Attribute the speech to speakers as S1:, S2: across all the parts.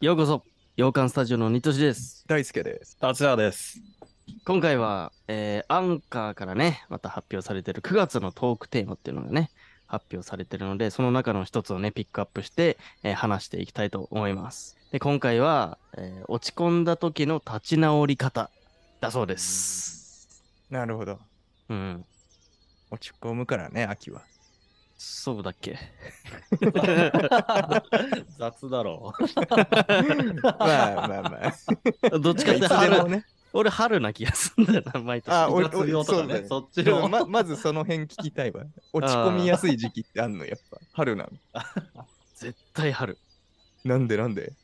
S1: ようこそ洋館スタジオのニトシです
S2: 大輔です。
S3: 達也です。
S1: 今回は、えーアンカーからねまた発表されてる9月のトークテーマっていうのがね発表されてるのでその中の一つをねピックアップして、えー話していきたいと思いますで今回は、えー落ち込んだ時の立ち直り方だそうです
S2: なるほど。
S1: うん
S2: 落ち込むからね、秋 は。
S1: そうだっ け
S3: 雑だろ
S2: まあまあまあ。
S1: どっちかって
S2: いつでも
S1: 春
S2: ね。
S1: 俺春な気がするんだよな毎年
S2: あ
S3: う。
S2: おい
S3: 雑病と
S2: そ
S3: か
S2: うだ
S3: ね、
S2: ね
S3: そっち
S2: で も
S3: の。
S2: ままずその辺聞きたいわ。落ち込みやすい時期ってあんのやっぱ。春なの。
S1: 絶対春
S2: なんでなんで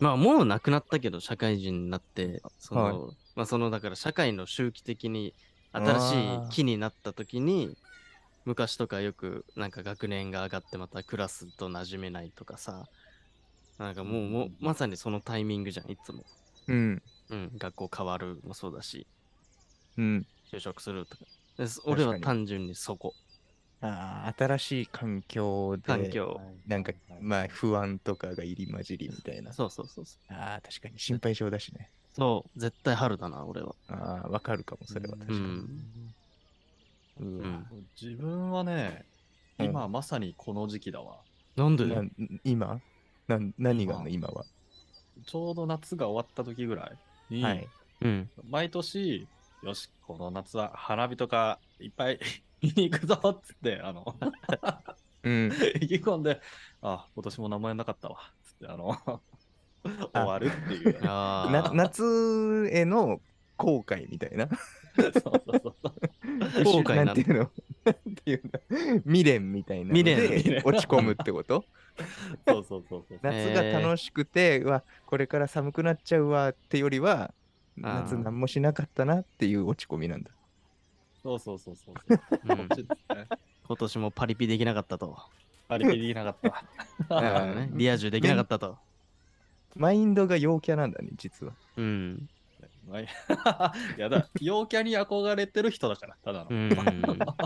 S1: まあもうなくなったけど社会人になってその、まあそのだから社会の周期的に新しい木になった時に昔とかよくなんか学年が上がってまたクラスと馴染めないとかさなんかもうもうまさにそのタイミングじゃんいつも、
S2: うん。
S1: うん、学校変わるもそうだし
S2: うん。
S1: 就職するとかで
S2: かに
S1: 俺は単純にそこ
S2: あ新しい環境で。
S1: 環境、
S2: なんか、まあ不安とかが入り混じりみたいな。
S1: そうそうそうそう
S2: ああ、確かに心配性だしね。
S1: そう絶対春だな俺は
S2: ああ、わかるかも、それは確か
S1: う
S2: に。
S1: ん
S2: うん
S1: うん
S3: 自分はね、
S2: うん
S3: 今まさにこの時期だわ。
S1: なんで
S2: なん今なん何があんの今は。
S3: ちょうど夏が終わった時ぐらいに、
S2: はい。
S1: うん
S3: 毎年、よし、この夏は花火とかいっぱい 見に行くぞっつって、あの、
S2: うん。
S3: 意気込んで、あ、今年も名前なかったわ、つって、あ の、終わるっていう。
S1: あ
S2: な
S1: ー
S2: 夏への後悔みたいな。
S3: そうそうそうそう。
S1: 後悔なの
S2: なんていうの なんていうんだ未練みたいなの
S1: 未
S2: で
S3: 練
S2: 落ち込むってこと
S3: そうそうそうそう。
S2: 夏が楽しくて、うわこれから寒くなっちゃうわってよりは夏何もしなかったなっていう落ち込みなんだ。
S3: そうそうそうそう。
S1: うん
S3: こっちですね。
S1: 今年もパリピできなかったと。
S3: あれ、できなかったわ。
S2: あー
S1: ねリア充できなかったと。
S2: マインドが陽キャなんだね実は。
S1: うん。
S3: まあいや だ、陽キャに憧れてる人だから、ただの。
S1: うん。
S2: あ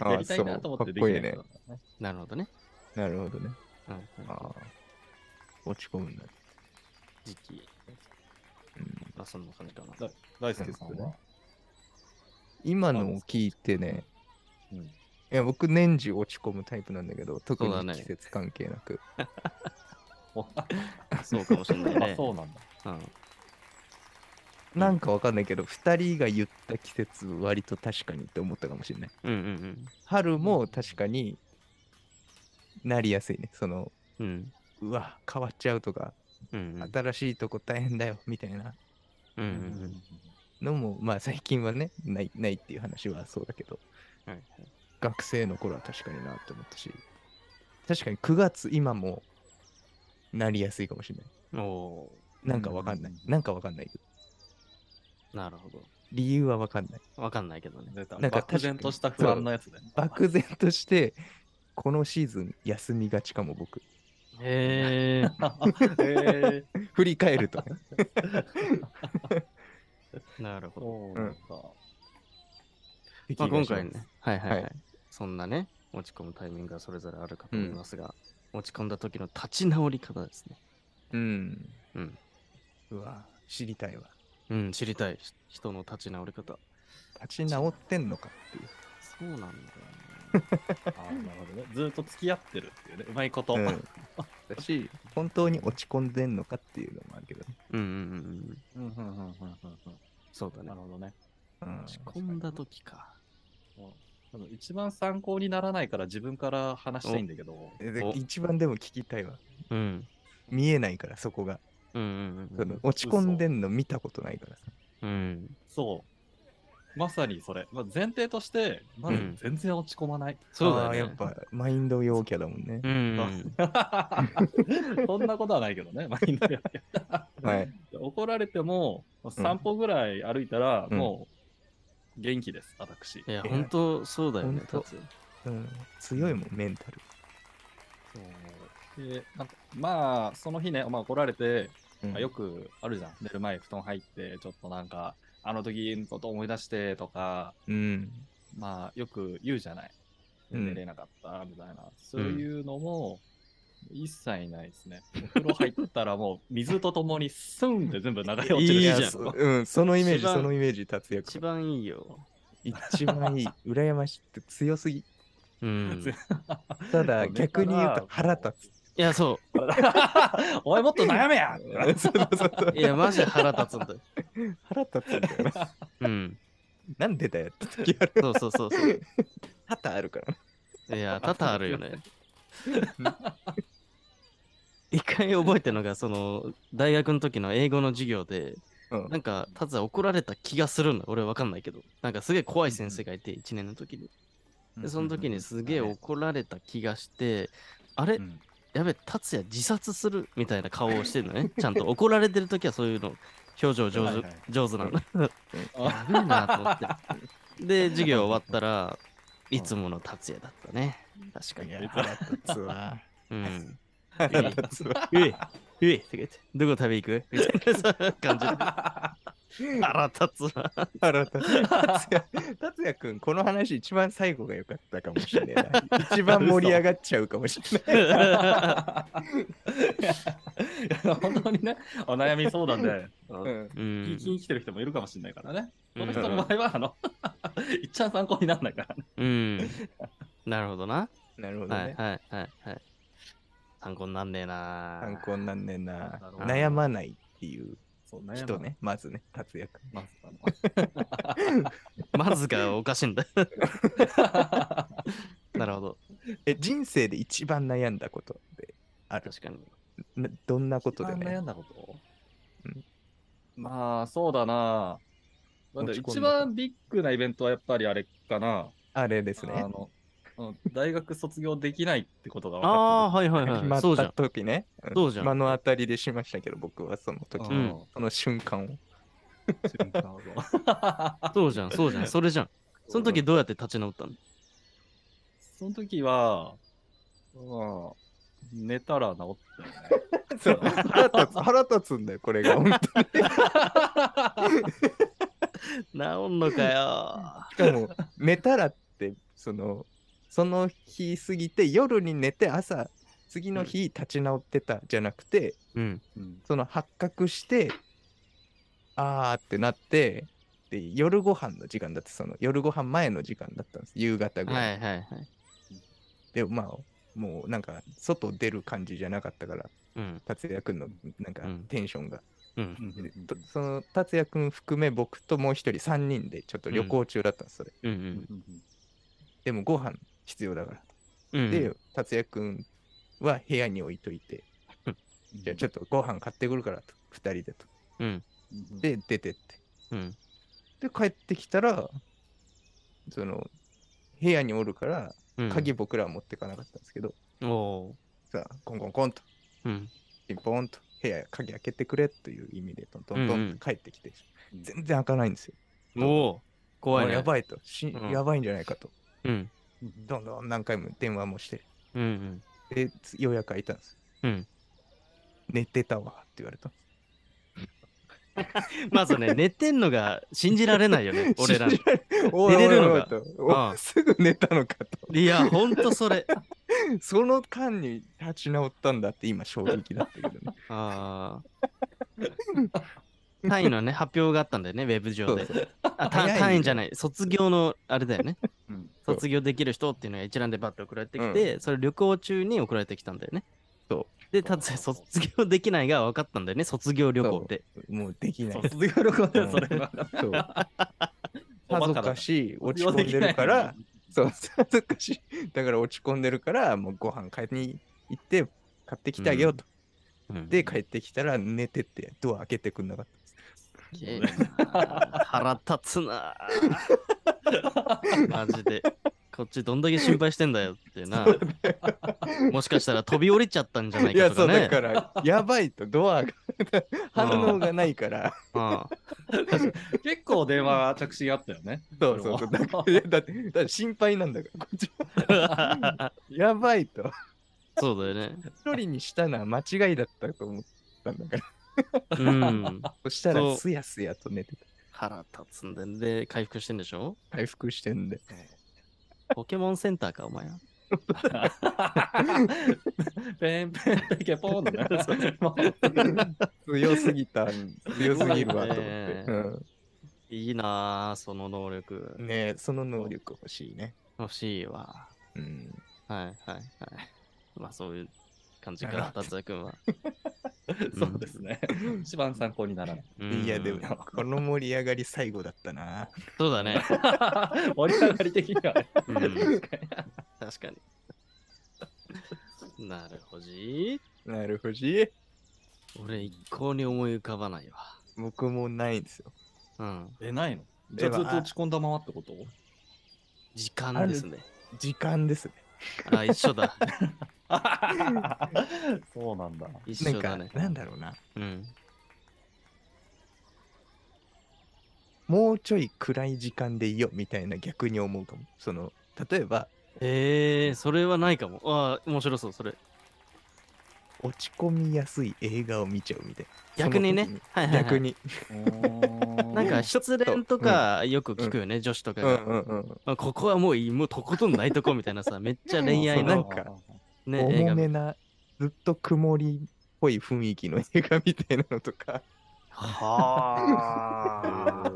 S3: や
S2: あ
S3: り
S2: そ
S3: たいうなと
S2: か
S3: 思
S2: っ
S3: ってでき
S2: こ
S3: ない
S2: いい
S3: 人
S2: ね。
S3: だからね
S1: なるほどね。
S2: なるほどね。
S1: うんうん
S2: ああ落ち込むんだ。
S1: 時期。
S2: うん
S1: まあ、そんな感じかな。
S3: だ大輔さんは、
S2: 今のを聞いてね、いや僕年中落ち込むタイプなんだけど特
S1: そうだ
S2: に
S1: ね
S2: 季節関係なく。
S3: お
S1: そうかもしれ ない
S3: あ
S1: ね。
S3: そうなんだ。
S1: うん
S2: なんかわかんないけど、二人が言った季節、割と確かにって思ったかもしれない。
S1: うんうん
S2: 春も確かになりやすいね。その、
S1: うん。うん。
S2: うわ、変わっちゃうとか、
S1: うんうん
S2: 新しいとこ大変だよ、みたいな
S1: うんう
S3: うん
S1: ん
S2: のも、まあ最近はね、ないないっていう話はそうだけど、
S1: うん。はい
S2: 学生の頃は確かになって思ったし、確かに9月、今もなりやすいかもしれな
S1: お
S2: い。
S1: お
S2: なんかわかんない
S3: うん。
S2: なんかわかんないけど。
S1: ーなるほど。
S2: 理由はわかんない。
S1: わかんないけどね。
S3: 出た
S2: なんか
S3: 漠然とした不安のやつね。
S2: 漠然として、このシーズン休みがちかも僕。
S1: へえ。
S3: え
S2: 振り返ると、ね、
S1: なるほど。
S3: ー、そうなんだ。
S1: まあ、今回ね。はいはいは
S2: はいい。
S1: そんなね、落ち込むタイミングがそれぞれあるかと思いますが、落ち込んだ時の立ち直り方ですね。
S2: うん
S1: うん。
S2: うわ知りたいわ
S1: うん、知りたい。し人の立ち直り方。
S2: 立ち直ってんのかっていう
S1: そうなんだよね。
S3: あーなるほどね。ずっと付き合ってるっていうね。うまいこと。
S2: うんだし本当に落ち込んでんのかっていうのもあるけどね、
S1: うんうんうんうん。
S3: うんうんうんうんうん
S1: そうだ
S3: うんな
S1: ね
S3: る。ほどね。
S2: うん
S1: 落ち込んだ時か。
S3: もう多分一番参考にならないから自分から話したいんだけど、
S2: えで
S1: お
S2: 一番でも聞きたいわ
S1: うん。
S2: 見えないからそこが、
S1: うんうんう
S2: そ
S1: ん
S2: の落ち込んでんの見たことないからさ
S1: うん。うん。
S3: そう。まさにそれ。まあ、前提として、まず全然落ち込まない。
S1: そうだよ
S2: あー
S1: ね。
S2: やっぱマインド陽キャだもんね
S1: う、ん。
S3: そんなことはないけどね、マインドやけど
S2: はい
S3: 怒られても、散歩ぐらい歩いたら、
S2: うん
S3: もう元気です、私。
S1: いや、本当そうだよね、
S2: ほんと
S1: 達也
S2: うん、強いもんメンタル、
S3: そうでなんかまあ、その日ね、まあ、怒られて、
S2: うん
S3: まあよくあるじゃん。寝る前、布団入って、ちょっとなんか、あの時のこと思い出してとか、
S2: うん
S3: まあ、よく言うじゃない。
S2: うん
S3: 寝れなかったみたいな、そういうのも、一切ないですね。お風呂入ったらもう水とともにスンって全部流れ落ちる
S1: いいじゃん
S2: やそうん、そのイメージ、
S1: 一番
S2: そのイメージ、達也
S1: 一
S2: 君。
S1: 番いいよ。
S2: 一番いい。羨ましくて強すぎ。
S1: うん。
S2: た だ、逆に言うと腹立つ。
S1: いや、そ
S3: つ。 おいもっと悩めや
S2: そうそうそう
S1: う。いや、マジで腹立つんだよ。
S2: 腹立つんだよな。
S1: うん。
S2: なんでだよって時ある。
S1: そうそうそうそう。
S2: 多々あるから。
S1: いや、多々あるよね。 一回覚えてるのが、その、大学の時の英語の授業で、
S2: うん
S1: なんか、ただ怒られた気がするの。俺わかんないけど。なんか、すげえ怖い先生がいて、1年の時に。で、その時にすげえ怒られた気がして、あれ
S3: うん
S1: やべ、達也自殺するみたいな顔をしてるのね。ちゃんと怒られてる時はそういうの、表情上手、
S3: はいはい
S1: 上手なの。
S3: あ
S1: やべえなと思って。 で、授業終わったら、いつもの達也だったね。確か
S2: い
S1: に。
S2: や腹立つわ。
S1: うん。
S2: 腹 立つわ。
S1: うえ、うえ、とか言って、どこ食べ行くみたい なそういう感じで。腹立つな。
S2: 腹立つ。達也、達也くん、この話一番最後が良かったかもしれないな。一番盛り上がっちゃうかもしれない。
S3: いや本当にね、お悩み相談で、
S2: うん
S1: うん
S3: 聞きに来てる人もいるかもしれないからね。
S1: う
S3: こ
S1: ん
S3: の人の場合は、あの、 いっちゃん参考にならないからね。
S1: うん。なるほどな。
S2: なるほど
S1: はい
S2: ね。
S1: はいはいはい。参考になんねえな。
S2: 参考になんねんな
S3: なる。ほど
S2: 悩まないっていう
S3: そうね
S2: 人。ね、まずね、達也くん。
S3: まあ
S1: まずがおかしいんだ。
S3: ま
S1: なるほど。
S2: え、人生で一番悩んだことってある
S1: 確かに。
S2: などんなことで
S3: あ
S2: ね
S3: 悩。んだこと
S2: うん
S3: まあ、そうだな。まあでも
S2: 落ち込んだ
S3: 一番ビッグなイベントはやっぱりあれかな。
S2: あれです
S3: あ
S2: ね。
S3: の、うん大学卒業できないってことが分
S1: ああ
S3: か
S1: ー、はいはい
S2: 決ま
S1: はい。
S2: っ
S1: そうじゃ
S2: た
S1: ん。
S2: 時ね。ん
S1: そうじゃん
S2: 目の当たりでしましたけど、僕はその
S3: って
S2: 時
S3: て、
S1: う
S2: の、
S1: ん
S2: その瞬間を。
S3: 瞬間を
S1: そうじゃん、そうじゃん、それじゃん。その時どうやって立ち直ったの
S3: その時は、まあ、寝たら治ったよね。
S2: そう腹立つ、腹立つんだよ、これが。本当に
S1: 治んのかよ。
S2: しかも、寝たらって、その、その日過ぎて、夜に寝て、朝、次の日立ち直ってたじゃなくて、
S1: うん。
S3: うん
S2: その発覚して、あーってなって、で夜ご飯の時間だって、その夜ご飯前の時間だったんです、夕方ぐら
S1: は
S2: い。
S1: いはいはい。
S2: で、まあ、もうなんか、外出る感じじゃなかったから、
S1: うん。
S2: 達也君のなんか
S1: うん
S2: テンションが。
S1: うん。
S2: でとその達也君含め僕ともう一人3人でちょっと旅行中だったんです、それ。
S1: うん
S2: でもご飯必要だから。
S1: うん。うん。
S2: で、達也君は部屋に置いといて、じゃあちょ
S3: っ
S2: っとご飯買ってくるからと、2人でと。
S1: うん。
S3: と、
S2: で、出てって。
S1: うん。
S2: で、帰ってきたら、その、部屋におるから、
S1: うん。
S2: 鍵僕らは持ってかなかったんですけど、
S1: おお
S2: さあ、コンコンコンと、
S1: ー。うん。
S2: ピンポーンと、部屋鍵開けてくれという意味で、トントント
S1: うん
S2: ン
S1: う
S2: っ
S1: ん
S2: て帰ってきて、
S3: うん
S2: 全然開かないんですよ。
S1: おおー。怖い
S2: あ
S1: ね。
S2: やばいと、し
S1: うん
S2: やばいんじゃないかと、
S1: うん。
S2: どんどん何回も電話もして、
S1: うん
S2: で、つようやく開いたんです。
S1: うん。うん。
S2: 寝てたわって言われた。
S1: まずね、寝てんのが 信じられないよね、俺らの。
S2: 信じれない おい
S1: 寝れるのが
S2: おいおいとお
S1: ああ
S2: すぐ寝たのかと。
S1: いや、ほんとそれ。
S2: その間に立ち直ったんだって今衝撃だった けどね。
S1: ああ。単位のね、発表があったんだよね、ウェブ上で。
S2: そうそう
S1: あ
S2: 早い
S1: 単
S2: ね
S1: 単位じゃない、卒業のあれだよね。
S3: うん
S2: そう
S1: 卒業できる人っていうのが一覧でバッと送られてきて、それ旅行中に送られてきたんだよね。
S2: そう
S1: で、たつ卒業できないが分かったんだよね、卒業旅行って。
S2: もうできない。
S3: 卒業旅行でそれは。
S2: そう。恥ずか
S3: い。
S2: しい、落ち込んでるから、そう、恥ずかしい。だから落ち込んでるから、もうご飯買いに行って、買ってきてあげようと。
S1: うん
S2: で、帰ってきたら寝てて、ドア開けてくんなかった。
S1: すげえな腹立つな。 マジで。こっちどんだけ心配してんだよってな。もしかしたら飛び降りちゃったんじゃない
S2: い
S1: か
S2: や、
S1: と
S2: そ
S1: か
S2: う、だ
S1: ね。
S2: から、やばいと、ド アが、反応がないから、
S1: あ
S3: 結構電話着信あったよね。
S2: そうそうそう。だからいやだって、だって心配なんだから、こっちは
S1: あ
S2: やばいと。
S1: そうだよね。
S2: 一人にしたのは間違いだったと思ったんだから。
S1: うん。
S2: そした
S1: そう
S2: ら、すやすやと寝てた。
S1: 腹立つんだよ。で、回復してんでしょ
S2: 回復してんで。
S1: ポケモンセンターか、お前は。
S3: ペンペンだけポンってなる。もう
S2: 強すぎた、強すぎるわと思って。
S1: ね
S2: う
S1: え
S2: ん
S1: いいなあその能力。
S2: ねえその能力欲しいね。
S1: 欲しいわ。
S2: うん。
S1: はいはいはい。まあそういう感じか
S2: な
S1: な
S2: る、ほ
S1: 達也君は。
S3: そうですね。一番参考にならない。
S1: うん
S2: いや、でも、この盛り上がり最後だったな。
S1: そうだね。
S3: 盛り上がり的にはね。
S1: うん確かに。なるほじ。
S2: なるほど。
S1: 俺一向に思い浮かばないわ。
S2: 僕もないんですよ。
S1: うん。
S3: え、ないのじゃあずっと落ち込んだままってこと
S1: 時間ですね。
S2: 時間ですね。
S1: あ、一緒 だ。
S3: そうなんだ。
S1: 一
S2: な
S1: 緒
S2: ん
S1: だ
S2: か、
S1: ね。
S2: なんだろうな。
S1: うん。
S2: もうちょい暗い時間でいいよみたいな逆に思うかも。その、例えば、
S1: えー、それはないかも。ああ、面白そう、それ。
S2: 落ち込みやすい映画を見ちゃうみたいな。
S1: 逆にね
S2: その時。
S1: はいはい、はい。
S2: 逆。に。
S1: な
S3: なん
S1: か失恋とかよく聞くよね、女子とか
S2: うん
S1: が。
S2: うんうん。
S1: まあ、ここはもういい、もうとことんないとこみたいなさ、めっちゃ恋愛
S2: な
S1: の
S2: んか、
S1: ね、映
S2: 重
S1: 画
S2: めな、ずっと曇りっぽい雰囲気の映画みたいなのとか
S3: はあ。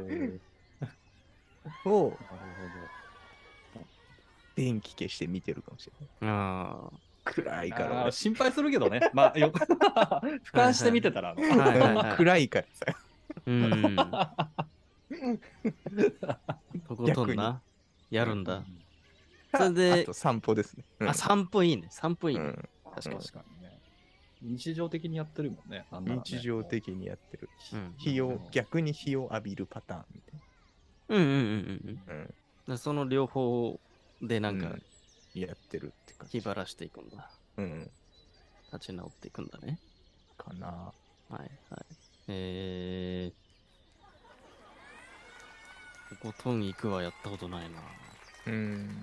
S2: を
S3: なる
S2: 電気消して見てるかもしれない。
S1: あ
S2: 暗い
S3: ほ
S2: か
S3: ど
S2: ら
S3: あー
S2: 俺。
S3: 心配するけどね。まあ、よ 俯瞰して見てたら、あの
S1: あ。はいはいはい。
S2: 暗いからさ。
S1: うん。とことんな。やるんだ。それで
S2: あと散歩ですね。うん
S1: あ、散歩いいね。散歩いいね。
S2: う
S1: 確かに。
S3: 確かにね。日常的にやってるもんね。なんなら
S2: ん
S3: ね
S2: 日常。的にやってる。
S1: うん
S2: 日
S3: う
S2: を
S3: ん、
S2: 逆に日を浴びるパターンみたい
S1: うんうんうんうん
S2: な。うん
S1: うん。その両方でなん
S2: う
S1: か
S2: んやってるって感
S1: 気
S2: じ。
S1: 晴らしていくんだ。
S2: うん。
S1: 立ち直っていくんだね。
S2: かな。
S1: はいはい。えー。とことん行くはやったことないな。
S2: うん
S3: うん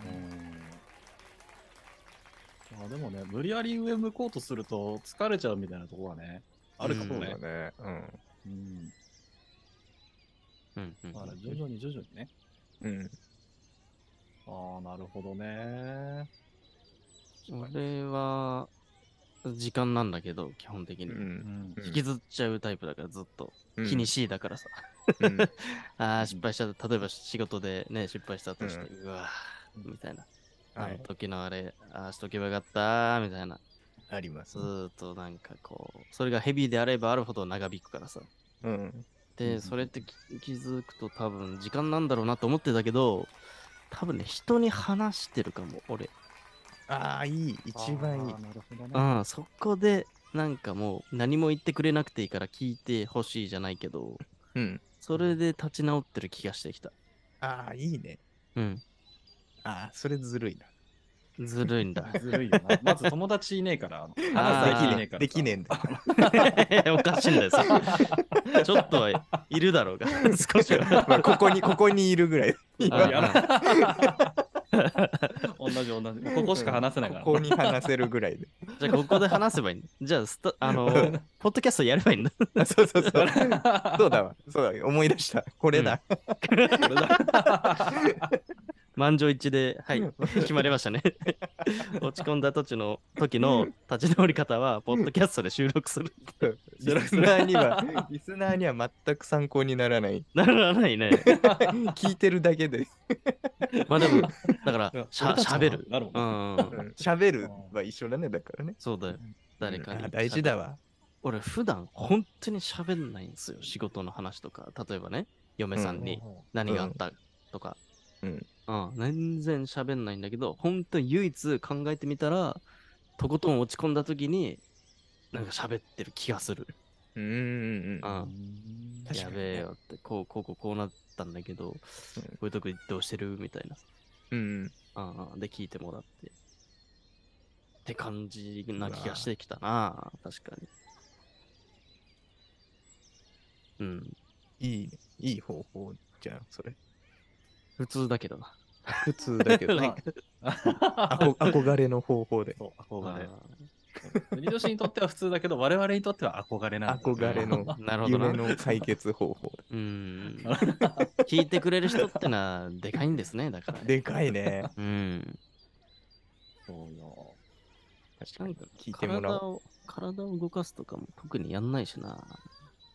S3: まあでもね、無理やり上向こうとすると疲れちゃうみたいなとこはね、あるか
S2: そ
S3: も
S2: う
S3: ね
S2: だ。ね。うん
S3: うん。
S1: うんうん
S3: だから徐々に徐々にね。
S2: うん。
S3: ああ、なるほどね。
S1: うん。俺は、時間なんだけど、基本的
S2: う
S1: に。
S2: ん。うん
S1: 引きずっちゃうタイプだから、ずっと。
S2: うん
S1: 気にしいだからさ。
S2: うん
S1: あ
S3: う
S1: あ、
S3: ん
S1: 失敗した。例えば仕事でね、失敗したとして、うわーみたいな。あ
S2: は
S1: の
S2: い
S1: 時のあれ、ああ、しとけばよかったーみたいな。
S2: あります
S1: ず。ーっとなんかこう、それがヘビーであればあるほど長引くからさ。
S2: うん。
S3: うんうんう
S1: で、
S3: ん
S1: それってき気づくと多分時間なんだろうなと思ってたけど、多分ね、人に話してるかも、俺。
S2: ああ、いい。一番いい
S3: あー。なるほどね。。
S1: うん、そこで、なんかもう何も言ってくれなくていいから聞いてほしいじゃないけど、
S2: うん。
S1: それで立ち直ってる気がしてきた。
S2: ああ、いいね。
S1: うん、
S2: ああ、それずるいな。
S1: ずるいんだ
S3: ずるいよな。まず友達いねえから、あの
S1: あー
S3: 話できねえからさ。
S2: できねえんだよ。
S1: おかしいんだよ、それちょっとはいるだろうが、少しは。
S2: まあ、ここに、ここにいるぐらい。
S1: あ
S3: いや同じ同じ。ここしか話せないから。
S2: ここに話せるぐらいで。
S1: じゃあ、ここで話せばいいんだ。じゃあ、スタあのー、ポッドキャストやればいいんだ。
S2: あそうそうそう。そうだわ。そうだ。思い出した。これだ。
S3: これだ
S1: 満場一致で、はい
S2: うん、
S1: 決まりましたね。落ち込んだ時の時の立ち直り方は、ポッドキャストで収録する。
S2: リスナーには、リスナーには全く参考にな らない。
S1: ならないね。
S2: 聞いてるだけで。
S1: まあでも、だから、しゃ
S3: 俺たちは
S1: べる。
S3: なるほ
S1: う
S3: ど。
S1: ん。
S2: 喋るは一緒だね、だからね。
S1: そうだよ。誰か
S2: うん
S1: に。
S2: あ大事だ。わ。
S1: 俺、普段本当に喋んないんですよ。仕事の話とか、例えばね、嫁さんに何があったとか。
S2: うん
S1: うん。全然喋んないんだけど、本当に唯一考えてみたら、とことん落ち込んだ時に、なんか喋ってる気がする。
S2: うんうんうん。
S1: うん。
S3: うん
S2: 確か
S1: や
S2: にね
S1: べえよって、こう、こう、こう、こうなったんだけど、こういうとこどうしてるみたいな。
S2: うん
S1: ああ、で、聞いてもらって。って感じな気がしてきたな、確かに。うん、
S2: いいね、いい方法じゃん、 それ。
S1: 普通だけどな。
S2: 普通だけど、
S1: な
S2: あ
S1: んか
S2: こ憧れの方法で。
S3: そう、憧れ。
S1: あ
S3: 国女子にとっては普通だけど、我々にとっては憧れなんだ。
S1: あ
S2: 憧れの
S1: なるほど
S2: 夢
S1: な。
S2: の解決方法。
S1: うん。聞いて くれる人ってのは、でかいんですね、だからね。
S2: でかいね。
S1: うん。
S3: そう
S2: 確かに
S1: なんか
S2: 聞いてもらお
S1: 体を体を動かすとかも特にやんないしな。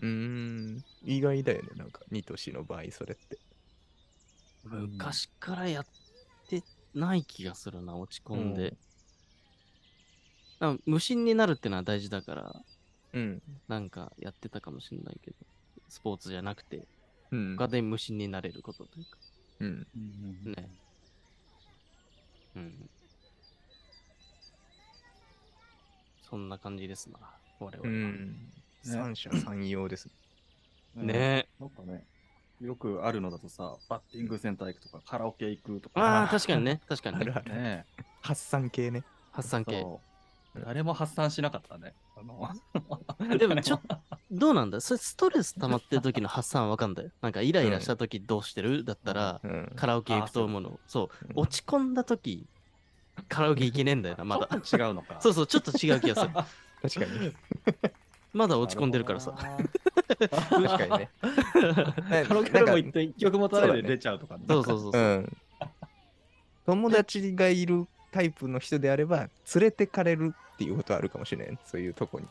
S2: ううーん意外だよねなんかニトシの場合それって
S3: うん
S1: 昔からやってない気がするな、落ち込んで。なんか無心になるってのは大事だから、
S2: うん、
S1: なんかやってたかもしれないけど、スポーツじゃなくて、
S2: うん
S1: 他で無心になれることというか。
S2: うん、
S1: ねうん。そんな感じですな、我
S2: う
S1: 々は。
S2: ん、三者三様です
S3: うん
S1: ね
S3: なんかね、よくあるのだとさ、バッティングセンター行くとか、カラオケ行くとか。
S1: ああ、確かにね、確か
S2: あ
S1: に、
S2: る
S1: ね。
S2: ある、
S3: ね
S2: 発散系ね
S1: 発散系。
S3: そう誰も発散しなかったね。あの
S1: でもちょっどうなんだそれストレス溜まってる時の発散はわかんだよ。なんかイライラした時どうしてるだったら、
S2: うん
S1: カラオケ行くと思うの。そうう、落ち込んだ時、カラオケ行けねえんだよな、まだ。
S3: ちょっと違うのか。
S1: そうそう、ちょっと違う気がする。
S2: 確か に
S1: まだ落ち込んでるからさ。
S3: さ。
S2: 確かにね
S3: カラオケでも
S2: なん
S3: 行
S2: か
S3: って一曲も取ら
S2: そ
S3: れ
S2: うだね
S3: て出ちゃうとかね。
S1: そう そうそう
S2: う
S1: そう。
S2: ん、友達がいるタイプの人であれば連れてかれるっていうことあるかもしれんそういうとこに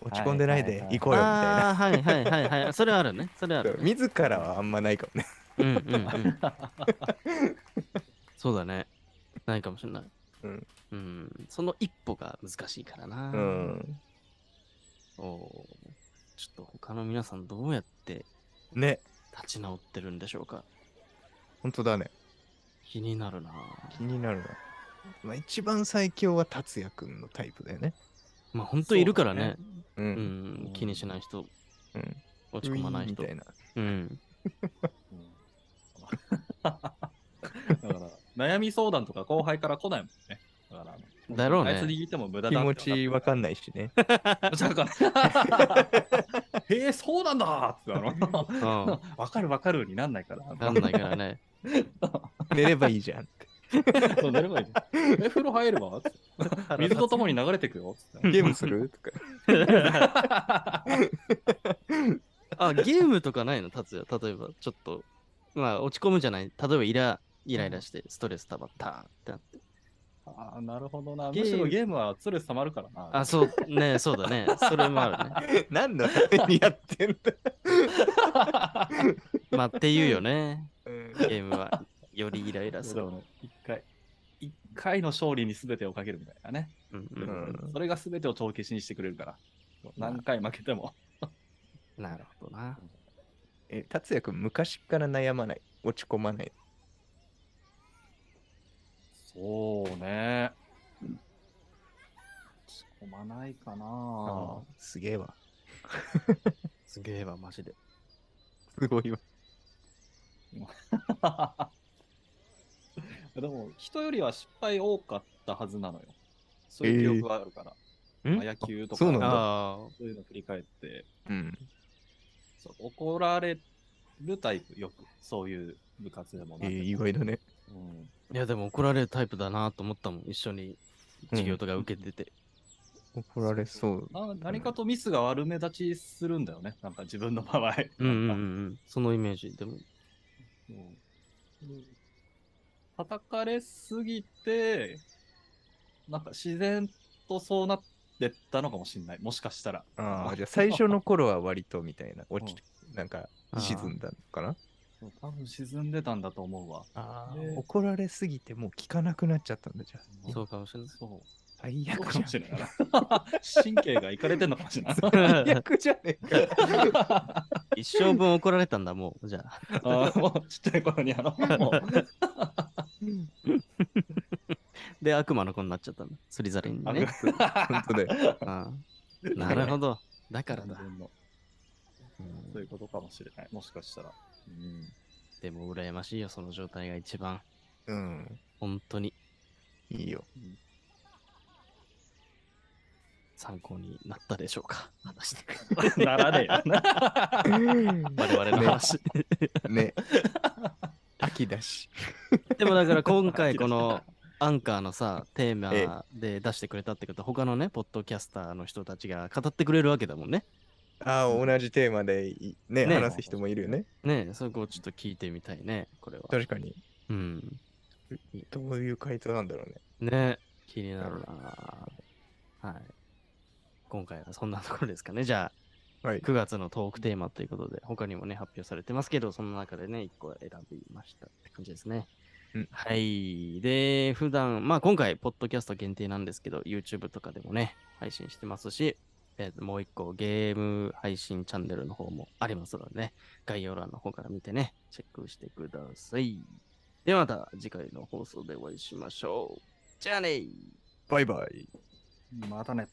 S2: 落ち込んでないで行こうよみたいな、
S1: ああ、はいはいはいはい。それはあるね。それはある、ね。
S2: 自らはあんまないかもね
S1: うんうんうん。そうだね。ないかもしれない。
S2: うん。
S1: うん。その一歩が難しいからな。
S2: うん
S1: おーちょっと他の皆さんどうやって
S2: ね
S1: 立ち直ってるんでしょうか
S2: 本当だね
S1: 気になるなぁ
S2: 気になるな、まあ、一番最強は達也くんのタイプだよね
S1: まあ本当いるからね。
S2: う
S1: うんん、
S3: うん
S1: 気にしない人
S2: うん
S1: 落ち込まない人
S2: みたいな
S1: うん
S3: だから、悩み相談とか後輩から来ないもんね。だからあの、
S1: だろうね
S3: あいつ握っても無駄
S2: 気
S3: だ
S2: 持ちわ
S3: わ
S2: かんないしね
S3: だから。 へえ、そうなんだってあの
S1: うんわ
S3: わかるわかるになんないから。
S1: かんないからね
S2: 寝ればいいじゃん って
S3: そう寝ればいいじゃんえ、風呂入ればって水とともに流れてくよっ て
S2: ゲームするとか
S1: あゲームとかないの達也例えばちょっとまあ落ち込むじゃない例えばイライライラしてストレス溜まったってなって
S3: ああ、なるほどな。む
S1: ゲーム
S3: しろゲームはストレス溜まるからな。
S1: あそうねそうだねそれもあるね
S2: 何のためにやってんだ、
S1: まあっていうよね
S2: うん
S1: ゲームはよりイライラす
S3: そ
S1: る
S3: うね。一回、一回の勝利に全てをかけるみたいなね。
S1: うんう
S2: うんん
S3: それが全てを帳消しにしてくれるから。何回負けても。
S1: なるほどな
S2: え達也くん昔から悩まない落ち込まない
S3: そうね。仕込まないかな。
S2: すげえわ
S1: すげえわマジです
S2: ごいわ
S3: でも、人よりは失敗多かったはずなのよ。そういう記憶があるから。
S1: えー
S3: まあ、野球とか、
S2: そうなんだ
S1: ああ
S3: そういうの振り返って、
S2: うん
S3: そう怒られるタイプ、よく、そういう部活でも
S2: え
S3: なく
S2: ー、意外だね
S3: うん
S1: いやでも怒られるタイプだなと思ったもん一緒に授業とか受けてて、
S2: 怒られそう
S3: な何かとミスが悪目立ちするんだよね、なんか自分の場合。
S1: うん、うんうんうんそのイメージでも
S3: うん叩かれすぎて、なんか自然とそうなってったのかもしれない、もしかしたら。
S2: ああじゃあ最初の頃は割とみたいな落ち、なんか沈ん
S1: だ
S2: だのかな
S3: そう多分沈んでたんだと思うわ。
S2: あ
S3: ー
S2: 怒られすぎてもう聞かなくなっちゃったんだじゃ
S1: そうかもしれない
S3: そう。
S2: あ最
S3: そ
S2: 悪
S3: うか
S2: じゃ
S3: も
S2: ん
S3: しれないな。神経がいかれてんのかもしれない。
S2: 最悪じゃねえか
S1: 一生分怒られたんだもうじゃあ
S3: あーもうちっちゃい頃にあの、もう
S1: で悪魔の子になっちゃったのすりざれにね
S2: 本当だよ
S1: あ あなるほどだからだ、
S3: 自分の
S1: うん
S3: そういうことかもしれない。もしかしたら。うん
S1: でも羨ましいよその状態が一番
S2: うん
S1: 本当に
S2: いいよ
S1: 参考になったでしょうか話して
S3: ならねえ よな。
S1: 我々の話、
S2: ね秋だし
S1: でもだから今回こ のアンカーのさ、テーマで出してくれたってことは、他のね、ポッドキャスターの人たちが語ってくれるわけだもんね。
S2: ああ同じテーマでいね
S1: ね
S2: 話す人もいるよね
S1: ねえ、そこをちょっと聞いてみたいね、これは。
S2: 確かに
S1: うん。
S2: どういう回答なんだろうね
S1: ねえ、気になるなぁはい。今回はそんなところですかね。じゃあ、
S2: はい
S1: 9月のトークテーマということで、他にもね、発表されてますけど、その中でね、1個選びましたって感じですね。
S2: うん
S1: はい。で、普段、まあ今回、ポッドキャスト限定なんですけど、YouTube とかでもね、配信してますし、えーもう1個、ゲーム配信チャンネルの方もありますのでね、概要欄の方から見てね、チェックしてください。ではまた次回の放送でお会いしましょう。じゃあね
S2: バイバイ。
S3: またね。